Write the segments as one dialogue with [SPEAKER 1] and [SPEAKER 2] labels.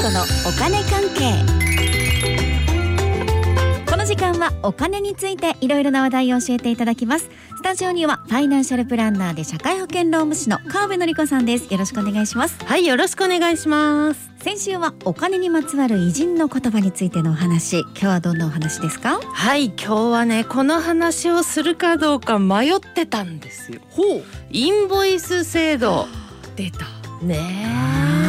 [SPEAKER 1] トのお金関係この時間はお金についていろいろな話題を教えていただきますスタジオにはファイナンシャルプランナーで社会保険労務士の川辺典子さんですよろしくお願いします
[SPEAKER 2] はい、よろしくお願いします。
[SPEAKER 1] 先週はお金にまつわる偉人の言葉についてのお話今日はどんなお話ですか
[SPEAKER 2] はい、今日はね、この話をするかどうか迷ってたんですよ。
[SPEAKER 1] ほう
[SPEAKER 2] インボイス制度。
[SPEAKER 1] 出た
[SPEAKER 2] ねえ。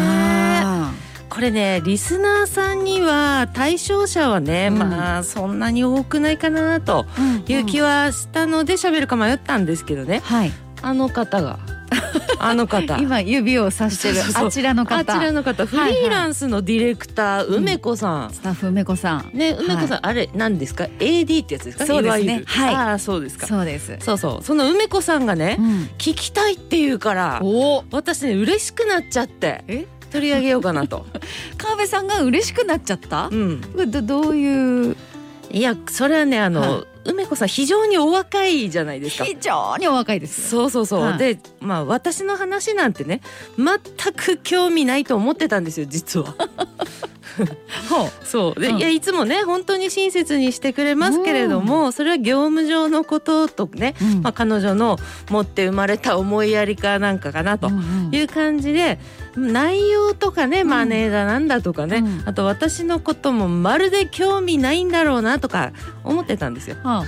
[SPEAKER 2] これね、リスナーさんには対象者はね、
[SPEAKER 1] うん
[SPEAKER 2] まあそんなに多くないかなという気
[SPEAKER 1] は、
[SPEAKER 2] はしたので喋るか迷ったんですけどね。
[SPEAKER 1] はい
[SPEAKER 2] あの方が、 あの方。
[SPEAKER 1] 今指を指してる
[SPEAKER 2] そうそうそう
[SPEAKER 1] あちらの方
[SPEAKER 2] あちらの方、フ
[SPEAKER 1] はい
[SPEAKER 2] リーランスのディレクター、
[SPEAKER 1] ん
[SPEAKER 2] 梅子さん。
[SPEAKER 1] スタッフ梅子さん
[SPEAKER 2] ね、梅子さん、あれ、何ですか、AD ってやつですか。
[SPEAKER 1] そうですね
[SPEAKER 2] いわゆる
[SPEAKER 1] はい
[SPEAKER 2] ああ、そうですか。
[SPEAKER 1] そうです
[SPEAKER 2] そうそうその梅子さんがね、
[SPEAKER 1] うん
[SPEAKER 2] 聞きたいっていうから
[SPEAKER 1] お
[SPEAKER 2] 私ね嬉しくなっちゃって
[SPEAKER 1] え
[SPEAKER 2] 取り上げようかな と、
[SPEAKER 1] 川辺さんが嬉しくなっちゃった
[SPEAKER 2] う、ん、
[SPEAKER 1] どどういう
[SPEAKER 2] いやそれはねあの、
[SPEAKER 1] は
[SPEAKER 2] 梅子さん非常にお若いじゃないですか
[SPEAKER 1] 非常にお若いですよ
[SPEAKER 2] そうそうそう、
[SPEAKER 1] はい
[SPEAKER 2] でまあ私の話なんてね全く興味ないと思ってたんですよ実は
[SPEAKER 1] ほう
[SPEAKER 2] そうで、
[SPEAKER 1] うん
[SPEAKER 2] いやいつもね本当に親切にしてくれますけれども、それは業務上のこととね、
[SPEAKER 1] うん
[SPEAKER 2] まあ、彼女の持って生まれた思いやりかなんかかなと
[SPEAKER 1] うんうん
[SPEAKER 2] いう感じで内容とかね
[SPEAKER 1] ん
[SPEAKER 2] マネーだなんだとかね、
[SPEAKER 1] うん
[SPEAKER 2] あと私のこともまるで興味ないんだろうなとか思ってたんですよ
[SPEAKER 1] は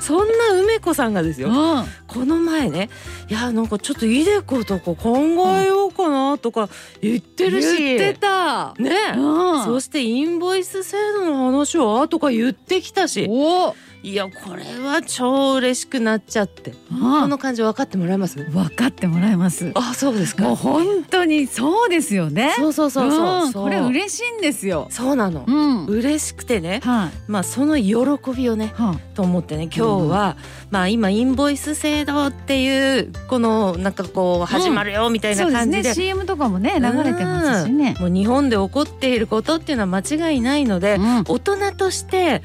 [SPEAKER 2] そんな梅子さんがですよ
[SPEAKER 1] あ
[SPEAKER 2] この前ねいやなんかちょっとイデコとか考えようかなとか言ってるし、
[SPEAKER 1] 言ってた
[SPEAKER 2] ね
[SPEAKER 1] うん
[SPEAKER 2] そしてインボイス制度の話はとか言ってきたし
[SPEAKER 1] おお
[SPEAKER 2] いやこれは超嬉しくなっちゃってこの感じ分かってもらえます
[SPEAKER 1] 分かってもらえます
[SPEAKER 2] あそうです
[SPEAKER 1] もう本当にそうですよね
[SPEAKER 2] そうそうそうそう、
[SPEAKER 1] ん
[SPEAKER 2] そう
[SPEAKER 1] これ嬉しいんですよ
[SPEAKER 2] そうなの、
[SPEAKER 1] うんはい
[SPEAKER 2] 嬉しくてね、
[SPEAKER 1] は
[SPEAKER 2] まあ、その喜びをね
[SPEAKER 1] あ
[SPEAKER 2] と思ってね今日は、まあ、今インボイス制度っていうこのなんかこう始まるよみたい
[SPEAKER 1] そ
[SPEAKER 2] な
[SPEAKER 1] うです
[SPEAKER 2] 感じで,、
[SPEAKER 1] ね CM とかもね流れてますしね
[SPEAKER 2] もう日本で起こっていることっていうのは間違いないので、
[SPEAKER 1] うん
[SPEAKER 2] 大人として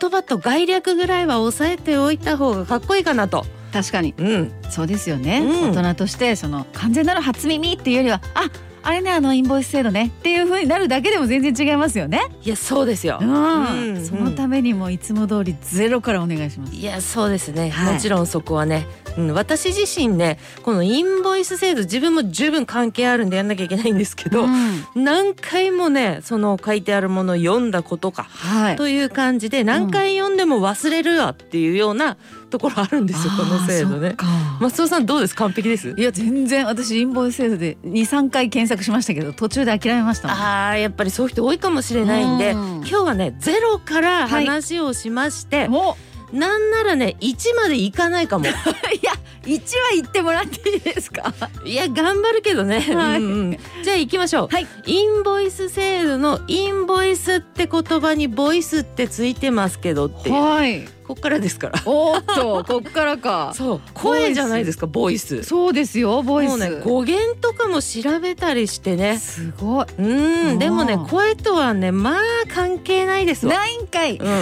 [SPEAKER 2] 言葉と概略ぐらいは抑えておいた方がかっこいいかなと。
[SPEAKER 1] 確かに
[SPEAKER 2] うん、
[SPEAKER 1] そうですよね、
[SPEAKER 2] うん
[SPEAKER 1] 大人としてその完全なる初耳っていうよりはああれねあのインボイス制度ねっていう風になるだけでも全然違いますよね。
[SPEAKER 2] いやそうですよ。
[SPEAKER 1] うん
[SPEAKER 2] うん
[SPEAKER 1] そのためにもいつも通りゼロからお願いします。
[SPEAKER 2] いやそうですね、
[SPEAKER 1] はい
[SPEAKER 2] もちろんそこはね、うん、私自身ねこのインボイス制度自分も十分関係あるんでやんなきゃいけないんですけど、
[SPEAKER 1] ん
[SPEAKER 2] 何回もねその書いてあるものを読んだことか
[SPEAKER 1] はい。
[SPEAKER 2] という感じで何回読んでも忘れるわっていうようなところあるんですよ、この制
[SPEAKER 1] あ
[SPEAKER 2] 度
[SPEAKER 1] ーそっ
[SPEAKER 2] ね。
[SPEAKER 1] か
[SPEAKER 2] 松尾さんどうです完璧です
[SPEAKER 1] いや全然私インボイス制度で二三回検索しましたけど途中で諦めましたもん。
[SPEAKER 2] あーやっぱりそういう人多いかもしれないんで、
[SPEAKER 1] うん
[SPEAKER 2] 今日はねゼロから話をしまして、
[SPEAKER 1] も
[SPEAKER 2] なんならね1までいかないかも
[SPEAKER 1] ういや一は言ってもらっていいですか。
[SPEAKER 2] いや頑張るけどね、
[SPEAKER 1] はい
[SPEAKER 2] うんうんじゃあ行きましょう、
[SPEAKER 1] はい
[SPEAKER 2] インボイス制度のインボイスって言葉にボイスってついてますけどっていう
[SPEAKER 1] はい。
[SPEAKER 2] こっからですから
[SPEAKER 1] おーっとこっからか。
[SPEAKER 2] そう声じゃないですかボイス
[SPEAKER 1] そうですよボイ
[SPEAKER 2] も
[SPEAKER 1] ス。
[SPEAKER 2] うね語源とかも調べたりしてね
[SPEAKER 1] すごい。
[SPEAKER 2] うんでもね
[SPEAKER 1] あー
[SPEAKER 2] 声とはねまあ関係ないですわ、
[SPEAKER 1] ないんかい。
[SPEAKER 2] うん、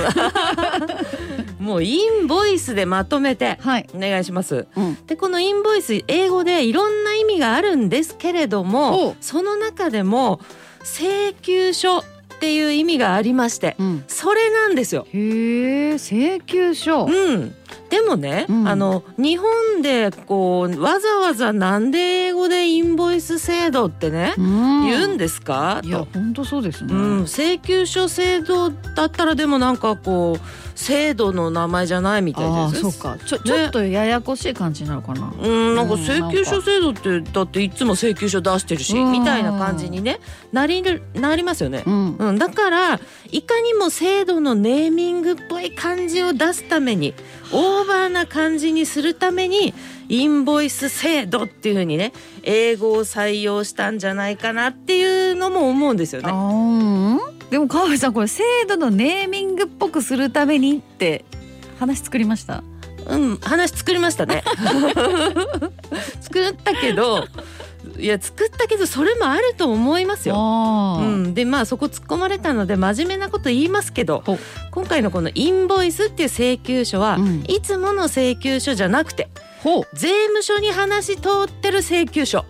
[SPEAKER 2] もうインボイスでまとめて
[SPEAKER 1] はい。
[SPEAKER 2] お願いします
[SPEAKER 1] うん。
[SPEAKER 2] でこのインボイス英語でいろんな意味があるんですけれど
[SPEAKER 1] お
[SPEAKER 2] もその中でも請求書っていう意味がありまして
[SPEAKER 1] うん。
[SPEAKER 2] それなんですよ。
[SPEAKER 1] へえ、請求書。
[SPEAKER 2] うん、でもね、
[SPEAKER 1] うん
[SPEAKER 2] あの日本でこうわざわざなんで英語でインボイス制度ってね、言うん
[SPEAKER 1] で
[SPEAKER 2] ですか
[SPEAKER 1] いや、
[SPEAKER 2] と、
[SPEAKER 1] 本当そうですね。
[SPEAKER 2] うん、請求書制度だったらでもなんかこう制度の名前じゃないみた
[SPEAKER 1] あ
[SPEAKER 2] い
[SPEAKER 1] あ、
[SPEAKER 2] です
[SPEAKER 1] そうか。ちょ、ちょっとややこしい感じなのかな。
[SPEAKER 2] うん、なんか
[SPEAKER 1] うん
[SPEAKER 2] 請求書制度ってだっていつも請求書出してるし
[SPEAKER 1] うん
[SPEAKER 2] みたいな感じにねなりるなりますよね。
[SPEAKER 1] うん。
[SPEAKER 2] うん、だからいかにも制度のネーミングっぽい感じを出すためにオーバーな感じにするためにインボイス制度っていうふうにね英語を採用したんじゃないかなっていうのも思うんですよ
[SPEAKER 1] あ
[SPEAKER 2] ね。
[SPEAKER 1] ーうんでも、川辺さん、これ制度のネーミングっぽくするためにって。話作りました。
[SPEAKER 2] うん、話作りました ね。作ったけどいや作ったけどそれもあると思いますよ。
[SPEAKER 1] あ
[SPEAKER 2] う
[SPEAKER 1] ー
[SPEAKER 2] ん、でまあそこ突っ込まれたので真面目なこと言いますけど
[SPEAKER 1] ほう
[SPEAKER 2] 今回のこのインボイスっていう請求書は、
[SPEAKER 1] うん
[SPEAKER 2] いつもの請求書じゃなくて
[SPEAKER 1] ほう。
[SPEAKER 2] 税務署に話し通ってる請求書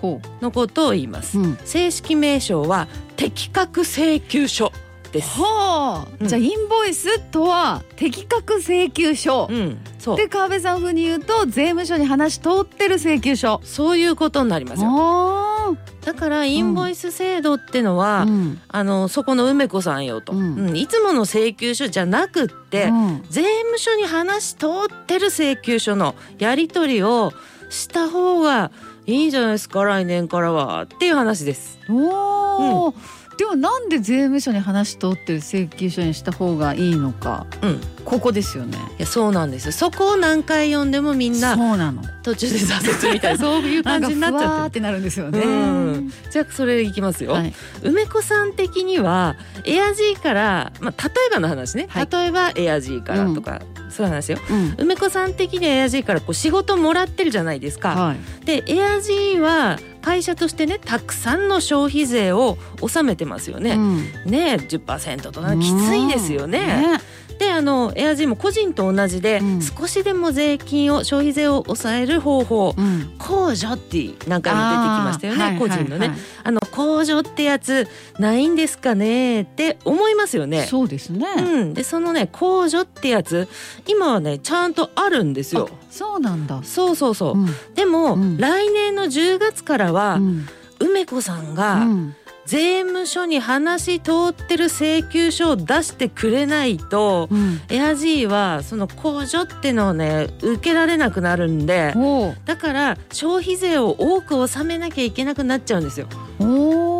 [SPEAKER 1] ほ
[SPEAKER 2] のことを言います
[SPEAKER 1] う。うん。
[SPEAKER 2] 正式名称は適格請求書です。
[SPEAKER 1] はあ、
[SPEAKER 2] うん
[SPEAKER 1] じゃあインボイスとは適格請求書、
[SPEAKER 2] うん、そう。
[SPEAKER 1] で川辺さん風に言うと税務署に話通ってる請求書
[SPEAKER 2] そういうことになりますよ。
[SPEAKER 1] あ
[SPEAKER 2] だからインボイス制度っての
[SPEAKER 1] あ、
[SPEAKER 2] は、
[SPEAKER 1] ん、
[SPEAKER 2] あのそこの梅子さんよと、
[SPEAKER 1] う
[SPEAKER 2] うんんいつもの請求書じゃなくって、
[SPEAKER 1] うん
[SPEAKER 2] 税務署に話通ってる請求書のやり取りをした方がいいんじゃないですか来年からはっていう話です。
[SPEAKER 1] おお、ではなんで税務署に話通ってる請求書にした方がいいのか
[SPEAKER 2] うん、い
[SPEAKER 1] ここですよね
[SPEAKER 2] やそうなんですよそこを何回読んでもみん
[SPEAKER 1] そう
[SPEAKER 2] な
[SPEAKER 1] なの
[SPEAKER 2] 途中で挫折みたいな そういう
[SPEAKER 1] なん
[SPEAKER 2] 感
[SPEAKER 1] か
[SPEAKER 2] じに
[SPEAKER 1] ふ
[SPEAKER 2] なっち
[SPEAKER 1] わー
[SPEAKER 2] ゃ
[SPEAKER 1] っ
[SPEAKER 2] って
[SPEAKER 1] てなるんですよ
[SPEAKER 2] る。
[SPEAKER 1] ね、
[SPEAKER 2] うん、じゃあそれいきますよ、
[SPEAKER 1] はい、
[SPEAKER 2] 梅子さん的にはエアジーから、まあ、例えばの話ね、
[SPEAKER 1] はい
[SPEAKER 2] 例えばエアジーからとか、そういう話よ
[SPEAKER 1] うん、
[SPEAKER 2] 梅子さん的にはエアジーからこう仕事もらってるじゃないですか、
[SPEAKER 1] はい
[SPEAKER 2] でエアジーは会社としてねたくさんの消費税を納めてますよね、
[SPEAKER 1] うん
[SPEAKER 2] ね10%とかきついですよね。であのエアジーも個人と同じで、
[SPEAKER 1] うん
[SPEAKER 2] 少しでも税金を消費税を抑える方法
[SPEAKER 1] うん、
[SPEAKER 2] 控除って何回も出てきましたよね、
[SPEAKER 1] あー
[SPEAKER 2] 個人のね、
[SPEAKER 1] はいはい
[SPEAKER 2] あの控除ってやつないんですかねって思いますよ
[SPEAKER 1] はい
[SPEAKER 2] ね。
[SPEAKER 1] そうですね、
[SPEAKER 2] うん、でそのね控除ってやつ今はねちゃんとあるんですよ
[SPEAKER 1] あ。そうなんだ
[SPEAKER 2] そうそうそう。
[SPEAKER 1] うん
[SPEAKER 2] でも、
[SPEAKER 1] うん
[SPEAKER 2] 来年の10月からは、
[SPEAKER 1] うん
[SPEAKER 2] 梅子さん
[SPEAKER 1] う
[SPEAKER 2] が
[SPEAKER 1] ん
[SPEAKER 2] 税務署に話通ってる請求書を出してくれないと、
[SPEAKER 1] うん
[SPEAKER 2] エアジーはその控除ってのをね受けられなくなるんで
[SPEAKER 1] おー
[SPEAKER 2] だから消費税を多く納めなきゃいけなくなっちゃうんですよ。
[SPEAKER 1] お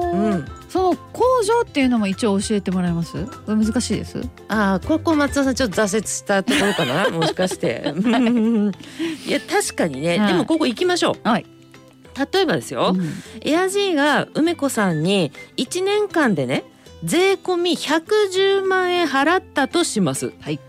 [SPEAKER 2] う
[SPEAKER 1] ー、
[SPEAKER 2] ん、
[SPEAKER 1] その工場っていうのも一応教えてもらえますこれ難しいです
[SPEAKER 2] ああここ松田さんちょっと挫折したところか なもしかして。うんいや確かにね、
[SPEAKER 1] はい
[SPEAKER 2] でもここ行きましょう。
[SPEAKER 1] はい
[SPEAKER 2] 例えばですよ、
[SPEAKER 1] うん
[SPEAKER 2] エアジーが梅子さんに1年間でね税込み110万円払ったとします。
[SPEAKER 1] はい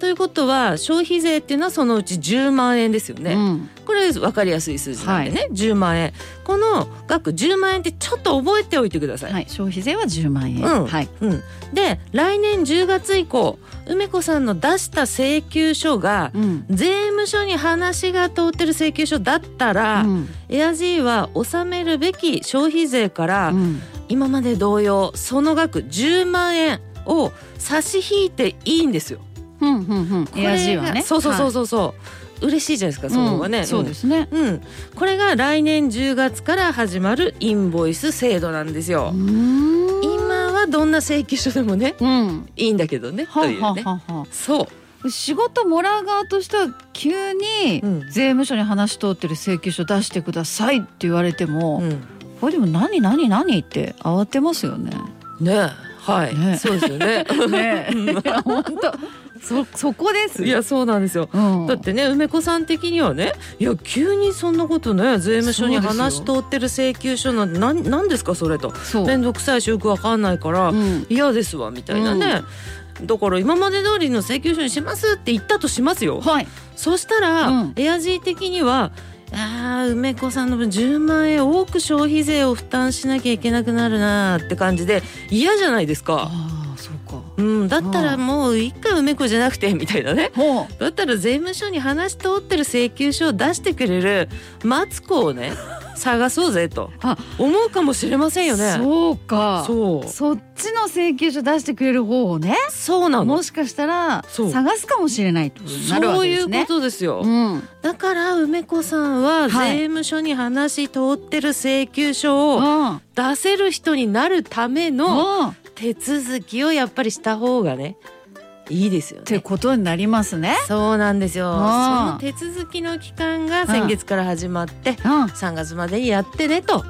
[SPEAKER 2] ということは消費税っていうのはそのうち10万円ですよね。
[SPEAKER 1] うん
[SPEAKER 2] これ分かりやすい数字なんでね、10万円この額10万円ってちょっと覚えておいてください。
[SPEAKER 1] はい、消費税は10万円、
[SPEAKER 2] うん
[SPEAKER 1] はい
[SPEAKER 2] うん、で来年10月以降梅子さんの出した請求書が
[SPEAKER 1] うん
[SPEAKER 2] 税務署に話が通ってる請求書だったら、
[SPEAKER 1] うん
[SPEAKER 2] エアジーは納めるべき消費税から、
[SPEAKER 1] うん
[SPEAKER 2] 今まで同様その額10万円を差し引いていいんですよ。
[SPEAKER 1] うんうんうんエアジーは
[SPEAKER 2] これ
[SPEAKER 1] ね
[SPEAKER 2] がそうそうそう
[SPEAKER 1] そ
[SPEAKER 2] そうそう、嬉しいじゃないですかそこがね、
[SPEAKER 1] うん、そうですね
[SPEAKER 2] うん、うんこれが来年10月から始まるインボイス制度なんです
[SPEAKER 1] う
[SPEAKER 2] よ。
[SPEAKER 1] ん
[SPEAKER 2] 今はどんな請求書でもね
[SPEAKER 1] うん
[SPEAKER 2] いいんだけどね
[SPEAKER 1] は
[SPEAKER 2] と
[SPEAKER 1] あ
[SPEAKER 2] いう
[SPEAKER 1] は
[SPEAKER 2] ね
[SPEAKER 1] あ。はあは
[SPEAKER 2] そう
[SPEAKER 1] あ仕事もらう側としては急に
[SPEAKER 2] うん
[SPEAKER 1] 税務署に話通ってる請求書出してくださいって言われても、
[SPEAKER 2] うん
[SPEAKER 1] これでも何何何って慌てますよね。
[SPEAKER 2] ねはい、
[SPEAKER 1] ね
[SPEAKER 2] そうです よ ね。
[SPEAKER 1] ねえ、いや本当そそこです
[SPEAKER 2] い
[SPEAKER 1] よ。
[SPEAKER 2] やそうなんですよ。
[SPEAKER 1] うん、
[SPEAKER 2] だってね梅子さん的にはねいや急にそんなことね税務署に話
[SPEAKER 1] そうです
[SPEAKER 2] 通ってる請求書なんてなんなんですかそれと
[SPEAKER 1] そう、
[SPEAKER 2] 面倒くさいしよくわかんないから
[SPEAKER 1] うん、
[SPEAKER 2] 嫌ですわみたいなね、だから今まで通りの請求書にしますって言ったとしますよ
[SPEAKER 1] はい、
[SPEAKER 2] そしたら、
[SPEAKER 1] うん
[SPEAKER 2] エアジー的にはあー梅子さんの分10万円多く消費税を負担しなきゃいけなくなるなーって感じで嫌じゃないですか。
[SPEAKER 1] ああそうか。
[SPEAKER 2] うん、だったらもう一回梅子じゃなくてみたいなね
[SPEAKER 1] も
[SPEAKER 2] だったら税務署に話通ってる請求書を出してくれるマツコ をね探そうぜと
[SPEAKER 1] あ
[SPEAKER 2] 思うかもしれません
[SPEAKER 1] う
[SPEAKER 2] よね。
[SPEAKER 1] そうか。
[SPEAKER 2] そう
[SPEAKER 1] そっちの請求書出してくれる方をね、
[SPEAKER 2] そうなの
[SPEAKER 1] もしかしたら
[SPEAKER 2] そう
[SPEAKER 1] 探すかもしれないってことになるわ
[SPEAKER 2] そう
[SPEAKER 1] けで
[SPEAKER 2] い
[SPEAKER 1] す
[SPEAKER 2] う
[SPEAKER 1] ね
[SPEAKER 2] こ。とですよ、
[SPEAKER 1] うん、
[SPEAKER 2] だから梅子さんは
[SPEAKER 1] はい
[SPEAKER 2] 税務署に話通ってる請求書を
[SPEAKER 1] うん、
[SPEAKER 2] 出せる人になるための
[SPEAKER 1] うん、っ
[SPEAKER 2] 手続きをやっぱりした方がねいいですよ
[SPEAKER 1] て
[SPEAKER 2] ね。
[SPEAKER 1] ことになりますね。
[SPEAKER 2] そうなんですよそ
[SPEAKER 1] あー
[SPEAKER 2] の手続きの期間が先月から始まって
[SPEAKER 1] うん、
[SPEAKER 2] 3月までにやってねと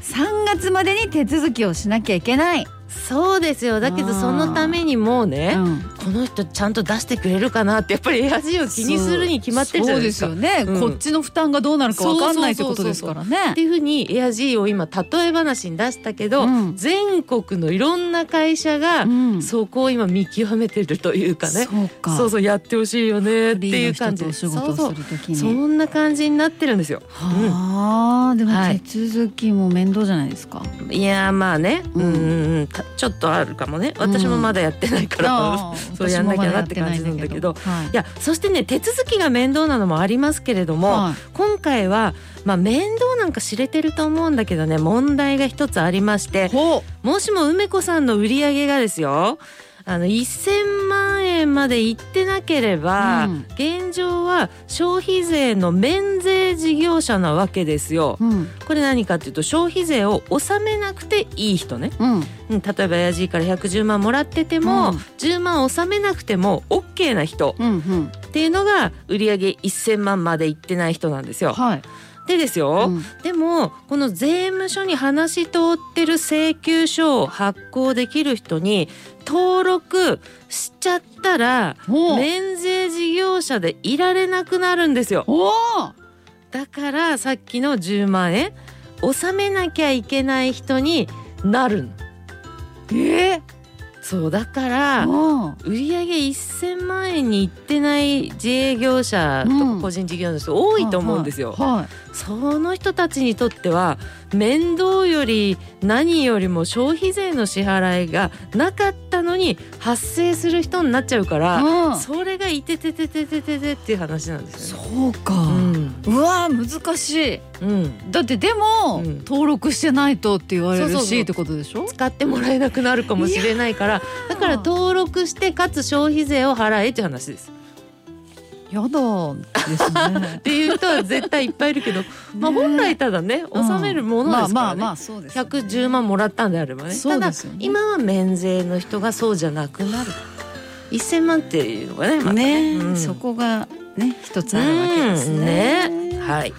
[SPEAKER 1] 三月までに手続きをしなきゃいけない。
[SPEAKER 2] そうですよだけ
[SPEAKER 1] あ
[SPEAKER 2] ど
[SPEAKER 1] ー
[SPEAKER 2] そのためにもう
[SPEAKER 1] う
[SPEAKER 2] ね、
[SPEAKER 1] ん、
[SPEAKER 2] この人ちゃんと出してくれるかなってやっぱりエアジーを気にするに決まってるじゃないですか。
[SPEAKER 1] そうそうですよね、
[SPEAKER 2] うん
[SPEAKER 1] こっちの負担がどうなるかわかんないってことですからね
[SPEAKER 2] っ。ていうふうにエアジーを今例え話に出したけ
[SPEAKER 1] う
[SPEAKER 2] ど、
[SPEAKER 1] ん
[SPEAKER 2] 全国のいろんな会社が
[SPEAKER 1] うん
[SPEAKER 2] そこを今見極めてるというかね、
[SPEAKER 1] そうか。
[SPEAKER 2] そうそうやってほしいよねっ
[SPEAKER 1] フ
[SPEAKER 2] て
[SPEAKER 1] リ
[SPEAKER 2] い
[SPEAKER 1] ー
[SPEAKER 2] う
[SPEAKER 1] の
[SPEAKER 2] 感
[SPEAKER 1] 人
[SPEAKER 2] じ
[SPEAKER 1] とお仕事
[SPEAKER 2] そう
[SPEAKER 1] をす
[SPEAKER 2] そう
[SPEAKER 1] るときに。
[SPEAKER 2] そんな感じになってるんですよ。
[SPEAKER 1] はあ、でも
[SPEAKER 2] はい
[SPEAKER 1] 手続きも面倒じゃないですか。
[SPEAKER 2] いやーまあね、
[SPEAKER 1] う
[SPEAKER 2] うんんうんうん、たちょっとあるかもね私もまだやってないから、
[SPEAKER 1] ああ
[SPEAKER 2] そうやんなきゃなって感じなんだけど
[SPEAKER 1] 私もまだやってないん
[SPEAKER 2] い
[SPEAKER 1] だ
[SPEAKER 2] やそしてね手続きが面倒なのもありますけれ
[SPEAKER 1] け
[SPEAKER 2] ど
[SPEAKER 1] ど
[SPEAKER 2] も、
[SPEAKER 1] はい。
[SPEAKER 2] 今回は、まあ、面倒ななんか知れてると思うんだけどね問題が一つありまして
[SPEAKER 1] ほ
[SPEAKER 2] もしも梅子さんの売り上げがですよあの1,000万円までいってなければ、
[SPEAKER 1] うん
[SPEAKER 2] 現状は消費税の免税事業者なわけですよ。
[SPEAKER 1] う。うん。
[SPEAKER 2] これ何かっていうと消費税を納めなくていい人ね、
[SPEAKER 1] うん。
[SPEAKER 2] うん、例えばヤジーから110万もらってても、
[SPEAKER 1] うん
[SPEAKER 2] 10万納めなくても OK な人
[SPEAKER 1] うん。うん。
[SPEAKER 2] っていうのが売上1,000万までいってない人なんですよ。
[SPEAKER 1] はい。
[SPEAKER 2] でですよ、でもこの税務署に話し通ってる請求書を発行できる人に登録しちゃったら
[SPEAKER 1] ほう。
[SPEAKER 2] 免税事業者でいられなくなるんですよ
[SPEAKER 1] おー
[SPEAKER 2] だからさっきの10万円納めなきゃいけない人になるの
[SPEAKER 1] ええ
[SPEAKER 2] そうだから
[SPEAKER 1] おー
[SPEAKER 2] 売上1,000万円にいってない自営業者と
[SPEAKER 1] う
[SPEAKER 2] か
[SPEAKER 1] ん
[SPEAKER 2] 個人事業主多いと思うんですよ。
[SPEAKER 1] はい。
[SPEAKER 2] その人たちにとっては面倒より何よりも消費税の支払いがなかったのに発生する人になっちゃうか
[SPEAKER 1] は
[SPEAKER 2] ら、
[SPEAKER 1] いうん。
[SPEAKER 2] それがいてててててててっていう話なんですよね。
[SPEAKER 1] そうか。
[SPEAKER 2] うん
[SPEAKER 1] うわー難しい。
[SPEAKER 2] うん、
[SPEAKER 1] だってでも、
[SPEAKER 2] うん
[SPEAKER 1] 登録してないとって言われるし
[SPEAKER 2] そうそうそう
[SPEAKER 1] ってことでしょ。
[SPEAKER 2] 使ってもらえなくなるかもしれないからだから登録してかつ消費税を払えっていう話です。
[SPEAKER 1] やだですね
[SPEAKER 2] っ。ていう人は絶対いっぱいいるけど、まあ、
[SPEAKER 1] ね
[SPEAKER 2] 本来ただね納めるものです
[SPEAKER 1] まあま
[SPEAKER 2] か
[SPEAKER 1] あ
[SPEAKER 2] ら
[SPEAKER 1] ま
[SPEAKER 2] ね
[SPEAKER 1] あそうです、ね。
[SPEAKER 2] 110万もらったんであればね
[SPEAKER 1] そう
[SPEAKER 2] た
[SPEAKER 1] で
[SPEAKER 2] だ
[SPEAKER 1] すよね
[SPEAKER 2] 今は免税の人がそうじゃなくなる1,000万っていうのがね,、また
[SPEAKER 1] ね、
[SPEAKER 2] うん
[SPEAKER 1] そこがね一つあるわけですね。
[SPEAKER 2] うんねはい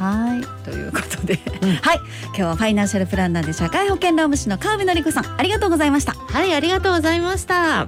[SPEAKER 1] ということで、
[SPEAKER 2] うん
[SPEAKER 1] はい今日はファイナンシャルプランナーで社会保険労務士の川辺典子さんありがとうございました。
[SPEAKER 2] はいありがとうございました。